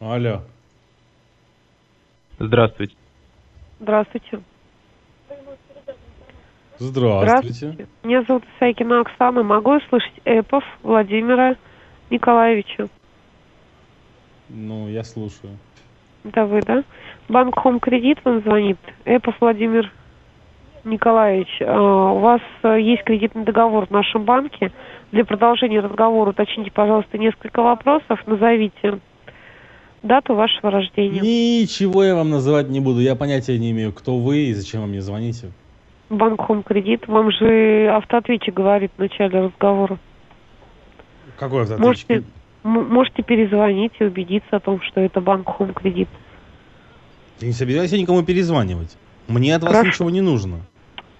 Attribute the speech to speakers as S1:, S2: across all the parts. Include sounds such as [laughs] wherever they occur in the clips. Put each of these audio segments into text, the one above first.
S1: Алло.
S2: Здравствуйте.
S3: Здравствуйте.
S1: Здравствуйте.
S3: Меня зовут Исайкина Оксана. Могу я слышать Эпов Владимира Николаевича?
S1: Ну, я слушаю.
S3: Это вы, да? Банк Хом Кредит вам звонит. Эпов Владимир Николаевич, э, у вас э, есть кредитный договор в нашем банке. Для продолжения разговора уточните, пожалуйста, несколько вопросов. Назовите дату вашего рождения.
S1: Ничего я вам называть не буду. Я понятия не имею, кто вы и зачем вы мне звоните.
S3: Банк Хом Кредит. Вам же автоответчик говорит в начале разговора.
S1: Какой автоответчик?
S3: Можете, м- можете перезвонить и убедиться о том, что это банк Хом Кредит.
S1: Я не собираюсь я никому перезванивать. Мне от вас
S3: Хорошо.
S1: ничего не нужно.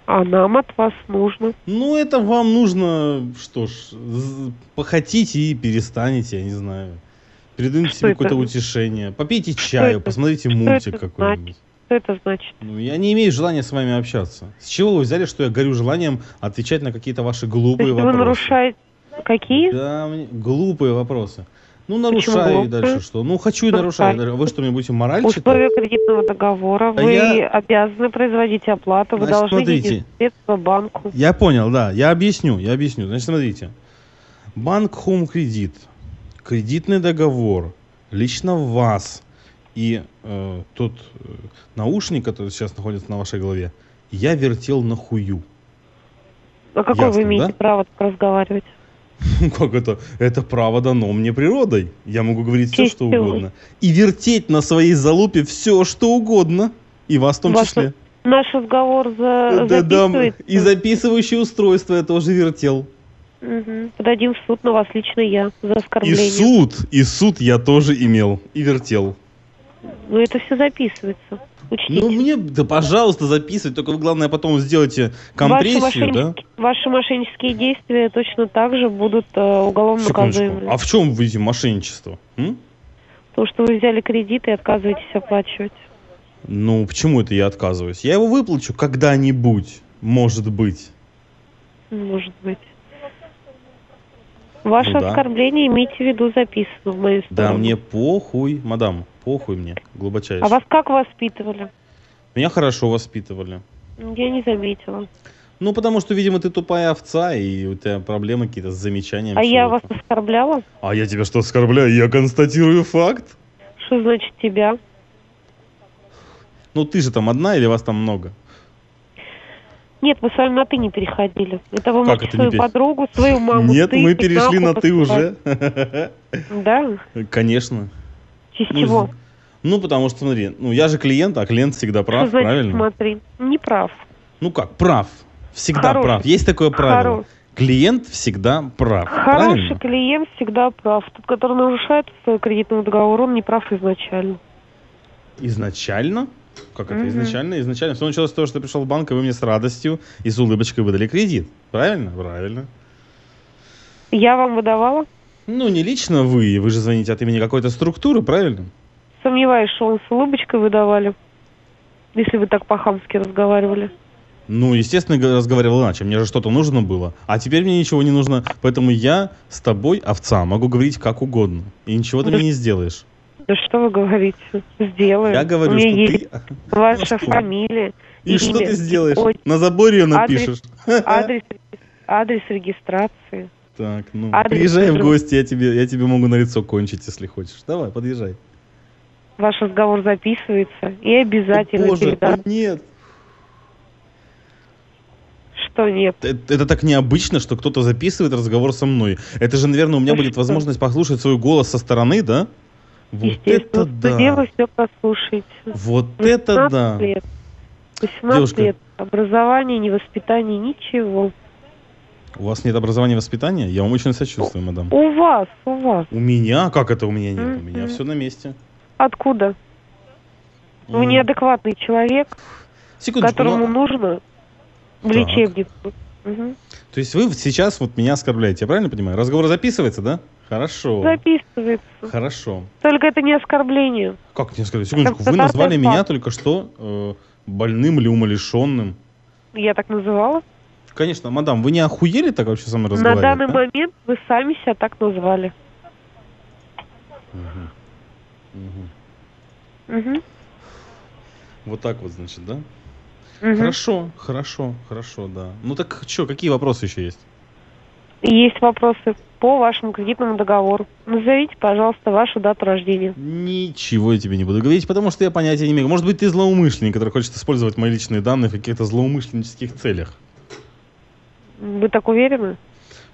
S3: А нам от вас нужно.
S1: Ну, это вам нужно, что ж, з- похотите и перестанете, я не знаю. Придумайте
S3: Что
S1: себе
S3: это?
S1: какое-то утешение. Попейте чаю,
S3: это?
S1: посмотрите
S3: Что
S1: мультик
S3: это
S1: какой-нибудь.
S3: Что это значит?
S1: Ну, я не имею желания с вами общаться. С чего вы взяли, что я горю желанием отвечать на какие-то ваши
S3: То
S1: глупые
S3: есть вы
S1: вопросы?
S3: нарушаете... Какие?
S1: Да, мне- глупые вопросы. Ну,
S3: Почему
S1: нарушай и
S3: глупые?
S1: дальше что? Ну, хочу и нарушаю.
S3: Нарушай.
S1: Вы что, мне будете мораль
S3: Условия
S1: читать?
S3: кредитного договора.
S1: Да
S3: вы
S1: А я-
S3: обязаны производить оплату. Вы
S1: Значит,
S3: должны
S1: смотрите.
S3: нести средства банку.
S1: Я понял, да. Я объясню, я объясню. Значит, смотрите. Банк Home Кредит, кредитный договор лично вас и э, тот э, наушник, который сейчас находится на вашей голове, я вертел на хую.
S3: А какое
S1: Ясно,
S3: вы имеете
S1: да?
S3: право так разговаривать?
S1: Ну, Как это? Это право дано мне природой. Я могу говорить все, что
S3: Честно.
S1: угодно. И вертеть на своей залупе все, что угодно. И вас в том
S3: Вас
S1: числе.
S3: Наш разговор за...
S1: Да, да,
S3: э, записывается?
S1: и записывающее устройство я тоже вертел.
S3: Мгм. Подадим в суд на вас лично я за
S1: И
S3: оскорбление.
S1: суд, и суд я тоже имел и вертел.
S3: Но Ну, это все записывается. Учтите.
S1: Ну мне, да пожалуйста, записывать, только вы главное потом сделайте Ну, компрессию, да?
S3: мошеннические, ваши мошеннические действия точно так же будут э, уголовно
S1: Секундочку.
S3: наказуемы.
S1: А в чем вы эти мошенничество? м?
S3: То, что вы взяли кредит и отказываетесь оплачивать.
S1: Ну почему это я отказываюсь? Я его выплачу когда-нибудь, может быть.
S3: Может быть. Ваше
S1: Ну да.
S3: оскорбление, имейте в виду, записано в мою сторону.
S1: Да мне похуй, мадам, похуй мне, глубочайше.
S3: А вас как воспитывали?
S1: Меня хорошо воспитывали.
S3: Я не заметила.
S1: Ну, потому что, видимо, ты тупая овца, и у тебя проблемы какие-то с замечанием.
S3: А я
S1: чего-то.
S3: вас оскорбляла?
S1: А я тебя что, оскорбляю? Я констатирую факт.
S3: Что значит тебя?
S1: Ну, ты же там одна или вас там много?
S3: Нет, мы с вами на ты не переходили. Это вы
S1: Как это
S3: можете
S1: не
S3: свою
S1: пере-
S3: подругу, свою маму.
S1: Нет,
S3: ты,
S1: мы
S3: пятнаху
S1: перешли на ты
S3: посылать.
S1: уже.
S3: Да?
S1: [laughs] Конечно.
S3: В честь
S1: Ну,
S3: чего?
S1: з- Ну, потому что, смотри, ну, я же клиент, а клиент всегда прав,
S3: Что значит,
S1: правильно?
S3: смотри, не прав.
S1: Ну как, прав. Всегда
S3: Хороший.
S1: прав. Есть такое правило.
S3: Хоро-
S1: Клиент всегда прав.
S3: Хороший
S1: А, Правильно?
S3: клиент всегда прав. Тот, который нарушает свой кредитный договор, он не прав изначально.
S1: Изначально? Как это?
S3: Мгм.
S1: Изначально? Изначально. Все началось с того, что я пришел в банк, и вы мне с радостью и с улыбочкой выдали кредит. Правильно? Правильно.
S3: Я вам выдавала?
S1: Ну, не лично вы, вы же звоните от имени какой-то структуры, правильно?
S3: Сомневаюсь, что он с улыбочкой выдавали. Если вы так по-хамски разговаривали.
S1: Ну, естественно, я разговаривал иначе, мне же что-то нужно было. А теперь мне ничего не нужно, поэтому я с тобой, овца, могу говорить как угодно. И ничего ты
S3: Да
S1: мне не сделаешь.
S3: Да что вы говорите? Сделаю.
S1: Я говорю,
S3: У меня
S1: что
S3: есть
S1: ты...
S3: ваша
S1: что? [laughs]
S3: фамилия,
S1: И что
S3: имя,
S1: ты сделаешь?
S3: отче-
S1: На заборе ее
S3: адрес.
S1: напишешь.
S3: адрес, адрес регистрации.
S1: Так, ну,
S3: Адрес
S1: приезжай в
S3: скажу.
S1: гости, я тебе, я тебе могу на лицо кончить, если хочешь. Давай, подъезжай.
S3: Ваш разговор записывается и обязательно
S1: О, Боже,
S3: передам.
S1: о, нет. а
S3: Что нет?
S1: Э, Это, это так необычно, что кто-то записывает разговор со мной. Это же, наверное, у меня
S3: Да
S1: будет
S3: что?
S1: возможность послушать свой голос со стороны, да? Вот
S3: Естественно,
S1: это
S3: в суде
S1: да.
S3: вы все послушаете.
S1: Вот это
S3: 18
S1: да.
S3: лет. 18
S1: Девушка.
S3: лет. Образование, не воспитание, ничего.
S1: У вас нет образования и воспитания? Я вам очень сочувствую, мадам.
S3: У вас, у вас.
S1: У меня? Как это у меня нет? У
S3: Мгм.
S1: меня все на месте.
S3: Откуда? Вы
S1: М.
S3: неадекватный человек,
S1: Секундочку,
S3: которому
S1: ну,
S3: нужно в
S1: Так.
S3: лечебницу. Мгм.
S1: То есть вы сейчас вот меня оскорбляете, я правильно понимаю? Разговор записывается, да? Хорошо.
S3: Записывается.
S1: Хорошо.
S3: Только это не оскорбление.
S1: Как мне сказать? Секундочку, вы
S3: Констатация
S1: назвали
S3: факта.
S1: меня только что э, больным или умалишенным.
S3: Я так называла.
S1: Конечно, мадам, вы не охуели так вообще со мной
S3: На
S1: разговаривать?
S3: данный
S1: а?
S3: момент вы сами себя так назвали.
S1: Мгм. Мгм.
S3: Мгм.
S1: Вот так вот, значит, да?
S3: Мгм.
S1: Хорошо, хорошо, хорошо, да. Ну так что, какие вопросы еще есть?
S3: Есть вопросы по вашему кредитному договору. Назовите, пожалуйста, вашу дату рождения.
S1: Ничего я тебе не буду говорить, потому что я понятия не имею. Может быть, ты злоумышленник, который хочет использовать мои личные данные в каких-то злоумышленнических целях.
S3: Вы так уверены?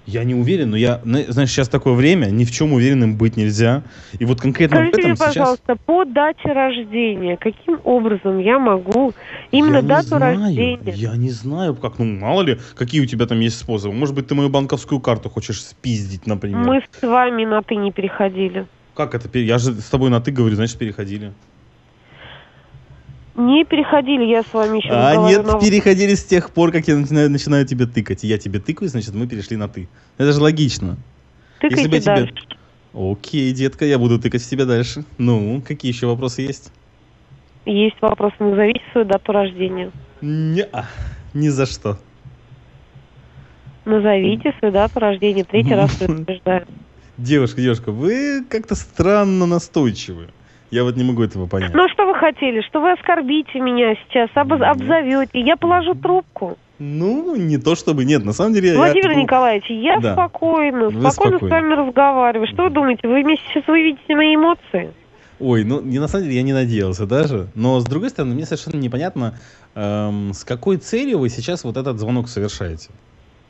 S1: Я не уверен, но я, зна- знаешь, сейчас такое время, ни в чем уверенным быть нельзя. И вот конкретно в
S3: Скажите
S1: этом
S3: мне,
S1: ну, сейчас...
S3: пожалуйста, по дате рождения, каким образом я могу именно
S1: я не
S3: дату
S1: знаю,
S3: рождения?
S1: Я не знаю, как, ну, мало ли, какие у тебя там есть способы. Может быть, ты мою банковскую карту хочешь спиздить, например.
S3: Мы с вами на ты не переходили.
S1: Как это? пере- Я же с тобой на ты говорю, значит, переходили.
S3: Не переходили, я с вами еще
S1: А нет,
S3: разговаривала на-
S1: переходили с тех пор, как я начинаю, начинаю тебе тыкать. Я тебе тыкаю, значит, мы перешли на ты. Это же логично.
S3: Тыкайте
S1: если бы я тебе-
S3: дальше.
S1: Окей, детка, я буду тыкать в тебя дальше. Ну, какие еще вопросы есть?
S3: Есть вопрос, назовите свою дату рождения.
S1: Не, ни за что.
S3: Назовите свою дату рождения. Третий раз предупреждаю.
S1: Девушка, девушка, вы как-то странно настойчивы. Я вот не могу этого понять.
S3: Ну, что вы хотели? Что вы оскорбите меня сейчас, обоз-
S1: Нет.
S3: обзовете? Я положу трубку.
S1: Ну, не то чтобы нет, на самом деле я- типа,
S3: Владимир
S1: я... такого-
S3: Николаевич, я
S1: Да.
S3: спокойно,
S1: Вы
S3: спокойно с
S1: спокойны.
S3: вами разговариваю. Что вы
S1: Мгм.
S3: думаете, вы меня сейчас выведете на эмоции?
S1: Ой, ну не на самом деле я не надеялся даже. Но с другой стороны, мне совершенно непонятно, эм, с какой целью вы сейчас вот этот звонок совершаете.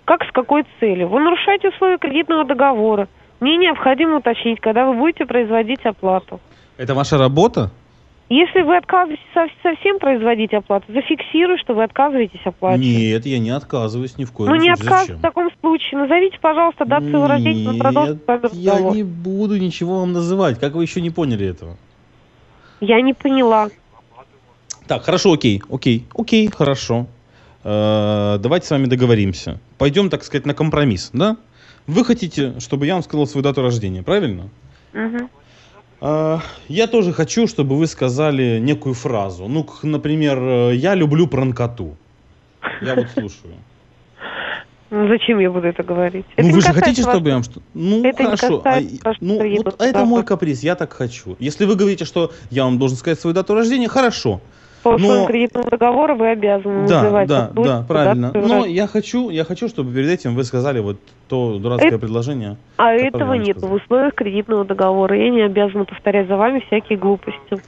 S3: Как с какой целью? Вы нарушаете условия кредитного договора. Мне необходимо уточнить, когда вы будете производить оплату.
S1: Это ваша работа?
S3: Если вы отказываетесь сов- совсем производить оплату, зафиксирую, что вы отказываетесь оплачивать.
S1: Нет, я не отказываюсь ни в коем
S3: Ну не
S1: случае.
S3: отказ
S1: Зачем?
S3: в таком случае. Назовите, пожалуйста, дату своего рождения, мы продолжим с вами
S1: Нет, я
S3: разговор.
S1: не буду ничего вам называть. Как вы еще не поняли этого?
S3: я не поняла.
S1: Так, хорошо, окей, окей, окей, хорошо. Э, Давайте с вами договоримся. Пойдем, так сказать, на компромисс, да? Вы хотите, чтобы я вам сказал свою дату рождения, правильно?
S3: Мгм.
S1: А, Я тоже хочу, чтобы вы сказали некую фразу. Ну, к- например, э, я люблю пранкоту. Я вот слушаю.
S3: Ну, зачем я буду это говорить? [laughs] Это
S1: Ну
S3: не
S1: вы же
S3: касается
S1: хотите,
S3: вас.
S1: чтобы я вам что? Ну
S3: Это не
S1: хорошо. а
S3: касается
S1: и-
S3: того, что
S1: ну
S3: я
S1: вот
S3: тут
S1: это мой
S3: права.
S1: каприз, я так хочу. Если вы говорите, что я вам должен сказать свою дату рождения, хорошо.
S3: По условиям
S1: но-
S3: кредитного договора вы обязаны
S1: Да,
S3: называть
S1: да,
S3: тот случай,
S1: да,
S3: Ну, куда
S1: правильно.
S3: вы
S1: Но
S3: рож-
S1: я хочу, я хочу, чтобы перед этим вы сказали вот то дурацкое
S3: Это-
S1: предложение.
S3: А
S1: я
S3: этого
S1: вам
S3: нет
S1: сказал.
S3: в условиях кредитного договора. Я не обязана повторять за вами всякие глупости.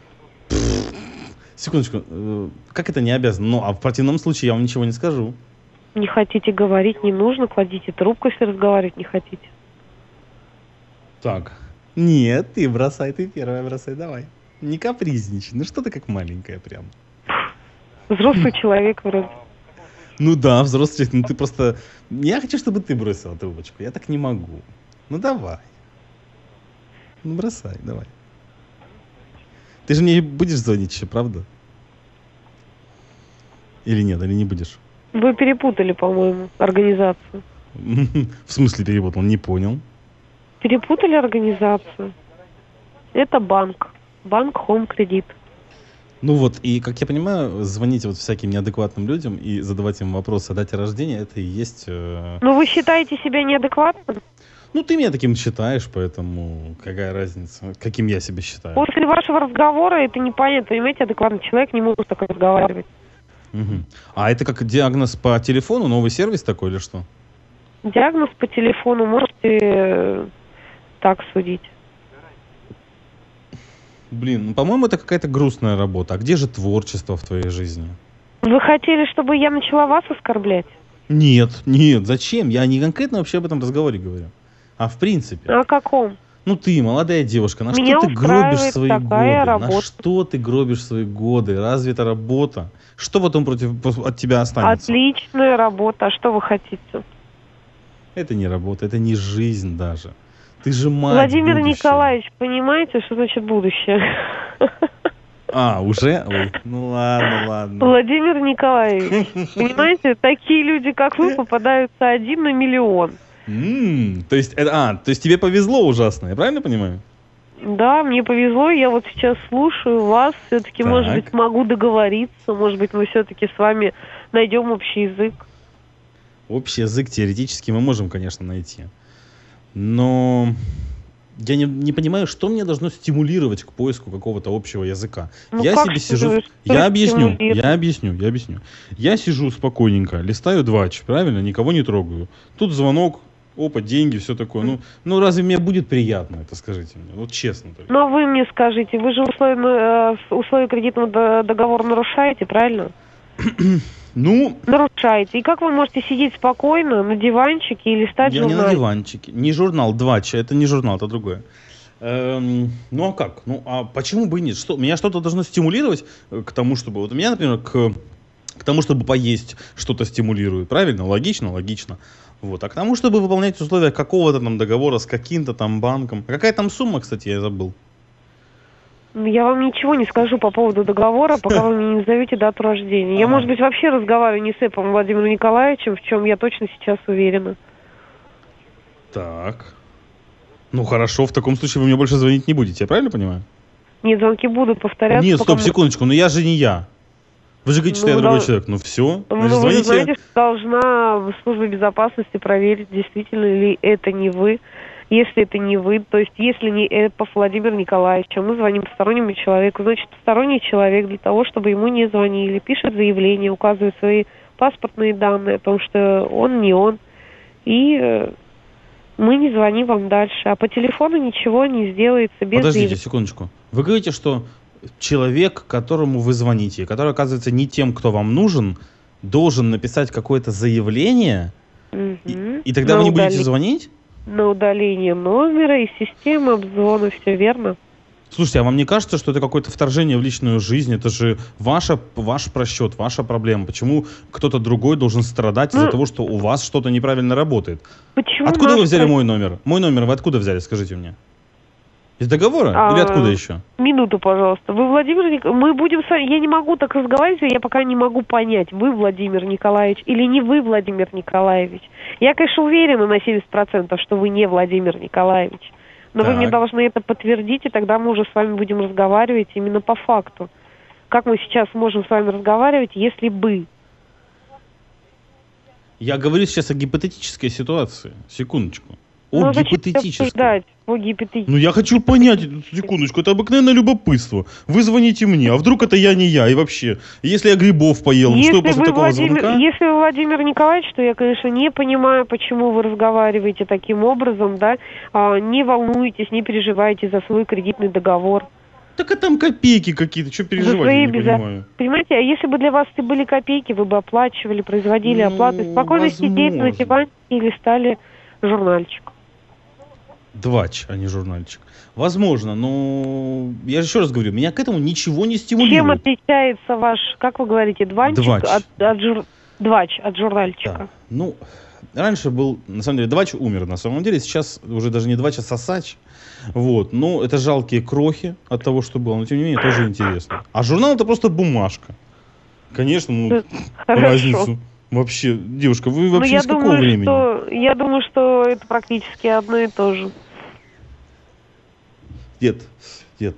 S1: Секундочку, э, как это не обязан? Ну, а в противном случае я вам ничего не скажу.
S3: Не хотите говорить, не нужно, кладите трубку, если разговаривать не хотите.
S1: Так. Нет, ты бросай, ты первая бросай, давай. Не капризничай, ну что ты как маленькая прям.
S3: Взрослый
S1: [laughs]
S3: человек вроде.
S1: Ну да, взрослый, ну ты просто... Я хочу, чтобы ты бросила трубочку, я так не могу. Ну давай. Ну бросай, давай. Ты же мне будешь звонить еще, правда? Или нет, или не будешь? [laughs]
S3: Вы перепутали, по-моему, организацию.
S1: В смысле перевод, он не понял.
S3: Перепутали организацию. Это банк. Банк Home Кредит.
S1: Ну вот, и как я понимаю, звонить вот всяким неадекватным людям и задавать им вопросы о дате рождения, это и есть... э,
S3: Но вы считаете себя неадекватным?
S1: Ну, ты меня таким считаешь, поэтому какая разница, каким я себя считаю.
S3: После вашего разговора это непонятно. Понимаете, адекватный человек не может так разговаривать.
S1: Мгм. А это как диагноз по телефону, новый сервис такой или что?
S3: Диагноз по телефону можете э, так судить.
S1: Блин, ну, по-моему, это какая-то грустная работа. А где же творчество в твоей жизни?
S3: Вы хотели, чтобы я начала вас оскорблять?
S1: Нет, нет, зачем? Я не конкретно вообще об этом разговоре говорю. А в принципе.
S3: О каком?
S1: Ну ты, молодая девушка, на
S3: Меня
S1: что ты гробишь
S3: устраивает
S1: свои
S3: такая
S1: годы? На
S3: работа.
S1: что ты гробишь свои годы? Разве это работа? Что потом против, пос- от тебя останется?
S3: Отличная работа. А что вы хотите?
S1: Это не работа, это не жизнь даже. Ты же мать
S3: Владимир
S1: будущего.
S3: Николаевич, понимаете, что значит будущее? [laughs]
S1: А, уже? Ой, ну ладно, ладно. [laughs]
S3: Владимир Николаевич, понимаете, такие люди, как вы, попадаются один на миллион.
S1: М, то есть, это, а, то есть тебе повезло ужасно, я правильно понимаю?
S3: Да, мне повезло, я вот сейчас слушаю вас, все-таки, может
S1: Так.
S3: быть, могу договориться, может быть, мы все-таки с вами найдем общий язык.
S1: Общий язык теоретически мы можем, конечно, найти. Но я не, не понимаю, что меня должно стимулировать к поиску какого-то общего языка.
S3: Ну,
S1: я
S3: как
S1: себе
S3: ты
S1: сижу.
S3: думаешь, что
S1: я объясню,
S3: стимулирует?
S1: я объясню, я объясню. Я сижу спокойненько, листаю двач, правильно, никого не трогаю. Тут звонок, опа, деньги, все такое. Ну, ну разве мне будет приятно это, скажите мне? Вот честно. только.
S3: Но вы мне скажите, вы же условия, э, с- условия кредитного до- договора нарушаете, правильно?
S1: Ну,
S3: Нарушаете. И как вы можете сидеть спокойно на диванчике и листать
S1: я не на
S3: журнал?
S1: диванчике. Не журнал двач, это не журнал, это другое. Эм, ну а как? Ну а почему бы и нет? Что, меня что-то должно стимулировать э, к тому, чтобы... Вот меня, например, к, к тому, чтобы поесть, что-то стимулирует. Правильно? Логично? Логично. Вот. А к тому, чтобы выполнять условия какого-то там договора с каким-то там банком. А Какая там сумма, кстати, я забыл.
S3: Я вам ничего не скажу по поводу договора, пока вы мне не назовете дату рождения. Я,
S1: Ага.
S3: может быть, вообще разговариваю не с Эпом Владимиром Николаевичем, в чем я точно сейчас уверена.
S1: Так. Ну хорошо, в таком случае вы мне больше звонить не будете, я правильно понимаю?
S3: Нет, звонки будут повторяться.
S1: Нет,
S3: пока
S1: стоп,
S3: мы-
S1: секундочку, но я же не я. Вы же говорите, что
S3: Ну,
S1: я другой
S3: да.
S1: человек. Ну все,
S3: Ну,
S1: значит,
S3: вы же
S1: звоните.
S3: знаете, что должна служба безопасности проверить, действительно ли это не вы. Если это не вы, то есть если не э, Эпов Владимир Николаевич, а мы звоним постороннему человеку, значит, посторонний человек для того, чтобы ему не звонили, пишет заявление, указывает свои паспортные данные о том, что он не он. И э, мы не звоним вам дальше. А по телефону ничего не сделается без
S1: Подождите
S3: заявления.
S1: секундочку. Вы говорите, что человек, которому вы звоните, который оказывается не тем, кто вам нужен, должен написать какое-то заявление,
S3: Мгм.
S1: и тогда
S3: На
S1: вы не будете
S3: удали-
S1: звонить?
S3: На удаление номера и системы обзвона, все верно.
S1: Слушайте, а вам не кажется, что это какое-то вторжение в личную жизнь? Это же ваша, ваш просчет, ваша проблема. Почему кто-то другой должен страдать из-за
S3: Ну,
S1: того, что у вас что-то неправильно работает?
S3: Почему
S1: Откуда
S3: наш
S1: вы взяли
S3: проект-
S1: мой номер? Мой номер вы откуда взяли, скажите мне? Из договора?
S3: А,
S1: Или откуда еще?
S3: Минуту, пожалуйста. Вы Владимир Ник- Мы будем с вами... Я не могу так разговаривать, я пока не могу понять, вы Владимир Николаевич или не вы Владимир Николаевич. Я, конечно, уверена на 70%, что вы не Владимир Николаевич. Но вы мне
S1: Так.
S3: должны это подтвердить, и тогда мы уже с вами будем разговаривать именно по факту. Как мы сейчас можем с вами разговаривать, если бы...
S1: Я говорю сейчас о гипотетической ситуации. Секундочку. О
S3: Ну, а зачем
S1: гипотетической.
S3: обсуждать? О гипотетической.
S1: Ну я хочу понять, секундочку, это обыкновенное любопытство. Вы звоните мне, а вдруг это я не я, и вообще, если я грибов поел, ну, что я
S3: Если
S1: после
S3: вы,
S1: такого
S3: Владимир,
S1: звонка?
S3: если вы Владимир Николаевич, то я, конечно, не понимаю, почему вы разговариваете таким образом, да, А, не волнуйтесь, не переживайте за свой кредитный договор.
S1: Так а там копейки какие-то, что переживать,
S3: свои
S1: я не
S3: безо-
S1: понимаю.
S3: Понимаете, а если бы для вас это были копейки, вы бы оплачивали, производили
S1: Ну,
S3: оплаты, спокойно сидеть на
S1: возможно.
S3: диване и листали журнальчик.
S1: Двач, а не журнальчик. Возможно, но я же еще раз говорю, меня к этому ничего не
S3: Чем
S1: стимулирует.
S3: отличается ваш, как вы говорите, диванчик
S1: Ну, Двач.
S3: от, от жур- двач, от журнальчика?
S1: Да. Ну, раньше был, на самом деле, Двач умер, на самом деле. Сейчас уже даже не Двач, а Сосач. Вот. Ну, это жалкие крохи от того, что было. Но, тем не менее, тоже интересно. А журнал это просто бумажка. Конечно, ну,
S3: Хорошо.
S1: разницу. Вообще, девушка, вы
S3: Ну,
S1: вообще
S3: я
S1: из какого
S3: думаю,
S1: времени?
S3: Что, я думаю, что это практически одно и то же.
S1: Дед, дед,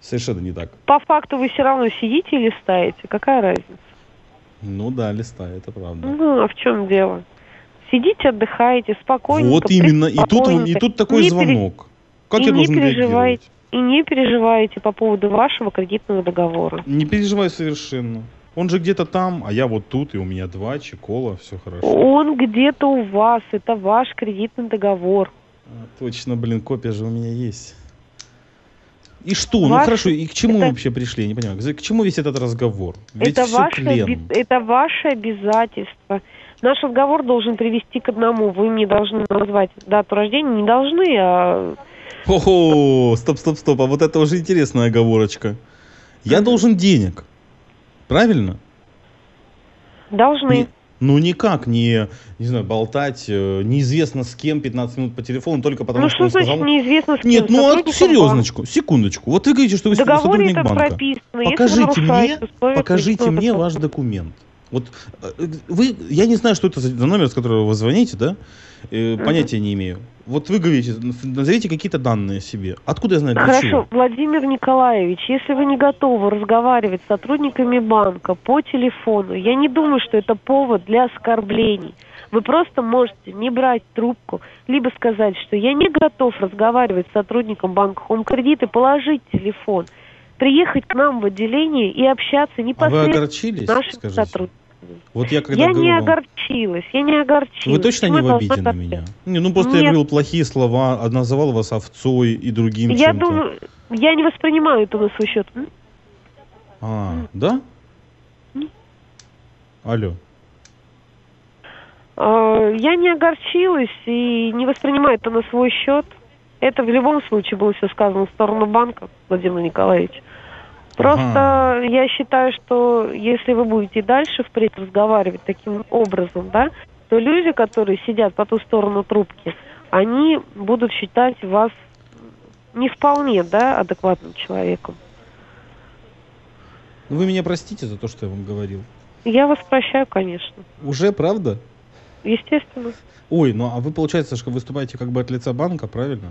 S1: совершенно не так.
S3: По факту вы все равно сидите и листаете. Какая разница?
S1: Ну да, листа, это правда.
S3: Ну, а в чем дело? Сидите, отдыхаете, спокойно.
S1: вот именно. И тут, вы- и тут такой
S3: Не пере-
S1: звонок. Как
S3: и
S1: я
S3: не
S1: должен реагировать?
S3: переживайте. И не переживайте по поводу вашего кредитного договора.
S1: Не переживай совершенно. Он же где-то там, а я вот тут, и у меня два чекола, все хорошо.
S3: Он где-то у вас, это ваш кредитный договор.
S1: А, Точно, блин, копия же у меня есть. И что? Ну
S3: Ваш-
S1: хорошо, и к чему мы
S3: это-
S1: вообще пришли? Я не понимаю, к к чему весь этот разговор? Ведь
S3: это,
S1: все
S3: ваше,
S1: тлен.
S3: оби- это ваше обязательство. Наш разговор должен привести к одному. Вы мне должны назвать дату рождения. Не должны, а
S1: О, стоп, стоп, стоп, а вот это уже интересная оговорочка. Я
S3: Мгм.
S1: должен денег, правильно?
S3: должны.
S1: Не- ну никак не, не знаю, болтать э, неизвестно с кем 15 минут по телефону только потому,
S3: ну
S1: что,
S3: что
S1: он
S3: значит
S1: сказал...
S3: неизвестно с кем?
S1: Нет, ну а
S3: Сотрудником банка.
S1: серьезночку, секундочку. Вот вы говорите, что вы
S3: В договоре
S1: сотрудник
S3: это
S1: банка.
S3: прописано. Если
S1: Покажите
S3: вы нарушаете условия
S1: Покажите
S3: кредитного
S1: мне
S3: договора.
S1: ваш документ. Вот э, вы, я не знаю, что это за за номер, с которого вы звоните, да? Э,
S3: Мгм.
S1: Понятия не имею. Вот вы говорите, н- назовите какие-то данные себе. Откуда я знаю, для
S3: Хорошо,
S1: чего?
S3: Владимир Николаевич, если вы не готовы разговаривать с сотрудниками банка по телефону, я не думаю, что это повод для оскорблений. Вы просто можете не брать трубку, либо сказать, что я не готов разговаривать с сотрудником банка Home Кредит и положить телефон, приехать к нам в отделение и общаться
S1: А вы
S3: непосредственно
S1: огорчились,
S3: с нашим
S1: скажите?
S3: сотрудником.
S1: Вот я когда
S3: Я
S1: говорю
S3: не
S1: вам-
S3: огорчилась, я не огорчилась.
S1: Вы точно не
S3: Почему я
S1: в
S3: должна
S1: обиде на
S3: огорчаться?
S1: меня? Не, ну просто я
S3: Нет.
S1: говорил плохие слова, а называл вас овцой и другим
S3: Я
S1: чем-то.
S3: думаю, я не воспринимаю это на свой счет. М?
S1: А, да?
S3: М.
S1: Алло.
S3: Э, Я не огорчилась и не воспринимаю это на свой счет. Это в любом случае было все сказано в сторону банка, Владимир Николаевич. Просто
S1: Ага.
S3: я считаю, что если вы будете и дальше впредь разговаривать таким образом, да, то люди, которые сидят по ту сторону трубки, они будут считать вас не вполне, да, адекватным человеком.
S1: Ну, Вы меня простите за то, что я вам говорил.
S3: Я вас прощаю, конечно.
S1: Уже, правда?
S3: Естественно,
S1: Ой, ну а вы, получается, что выступаете как бы от лица банка, правильно?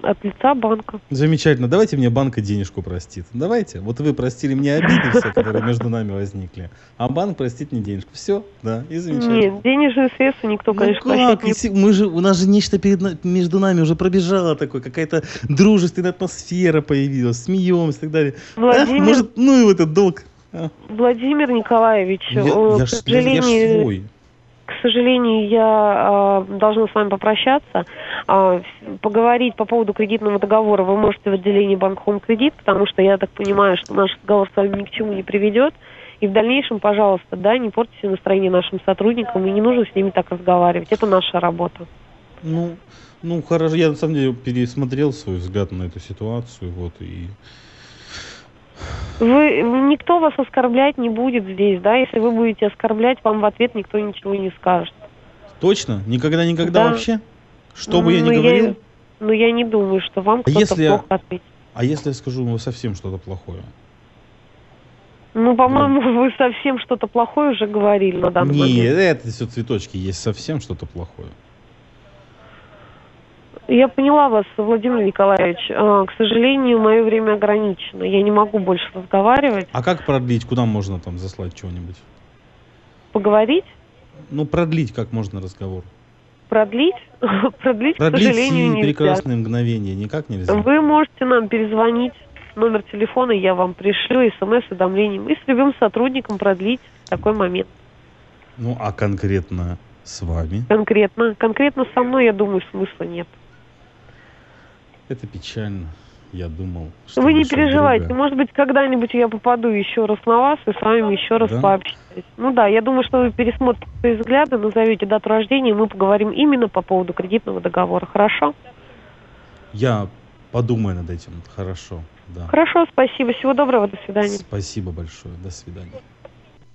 S3: от лица банка.
S1: Замечательно. Давайте мне банка денежку простит. Давайте. Вот вы простили мне обиды все, которые между нами возникли. А банк простит мне денежку. Все, да, и замечательно.
S3: Нет, денежные средства никто,
S1: Ну
S3: конечно,
S1: как?
S3: просить не
S1: Если мы же, у нас же нечто перед, на- между нами уже пробежало такое, какая-то дружественная атмосфера появилась, смеемся и так далее. Эх,
S3: Владимир,
S1: может, ну и вот этот долг.
S3: Владимир Николаевич,
S1: Я,
S3: э,
S1: я
S3: к,
S1: ж- я- я ж
S3: сожалению,
S1: свой.
S3: к сожалению, я э, должна с вами попрощаться. А, с- поговорить по поводу кредитного договора вы можете в отделении Банк Home Кредит, потому что я так понимаю, что наш разговор с вами ни к чему не приведет. И в дальнейшем, пожалуйста, да, не портите настроение нашим сотрудникам, и не нужно с ними так разговаривать. Это наша работа.
S1: Ну, ну хорошо, я на самом деле пересмотрел свой взгляд на эту ситуацию, вот и
S3: Вы, никто вас оскорблять не будет здесь, да? Если вы будете оскорблять, вам в ответ никто ничего не скажет.
S1: точно, никогда, никогда
S3: Да.
S1: вообще, что бы я
S3: Ну,
S1: ни говорил,
S3: ну, я не думаю, что вам кто-то
S1: если я-
S3: плохо ответит.
S1: а если я скажу ему совсем что-то плохое?
S3: Ну, по-моему, [laughs] вы совсем что-то плохое уже говорили на данный
S1: Нет,
S3: момент.
S1: это все цветочки, есть совсем что-то плохое.
S3: Я поняла вас, Владимир Николаевич. А, К сожалению, мое время ограничено. Я не могу больше разговаривать.
S1: А как продлить? Куда можно там заслать чего-нибудь?
S3: Поговорить,
S1: Ну, продлить как можно разговор.
S3: продлить, [laughs] продлить, к
S1: Продлить
S3: сожалению,
S1: сии
S3: нельзя.
S1: прекрасные мгновения никак нельзя.
S3: Вы можете нам перезвонить. Номер телефона я вам пришлю, смс-уведомлением. И с любым сотрудником продлить такой момент.
S1: Ну, а конкретно с вами?
S3: Конкретно. Конкретно со мной, я думаю, смысла нет.
S1: Это печально. Я думал, что
S3: Вы не
S1: душа
S3: переживайте,
S1: друга.
S3: может быть, когда-нибудь я попаду еще раз на вас и с вами еще раз
S1: Да?
S3: пообщаюсь. Ну да, я думаю, что вы пересмотрите свои взгляды, назовете дату рождения, и мы поговорим именно по поводу кредитного договора. Хорошо?
S1: Я подумаю над этим. Хорошо. Да.
S3: Хорошо, спасибо. Всего доброго, до свидания.
S1: Спасибо большое. До свидания.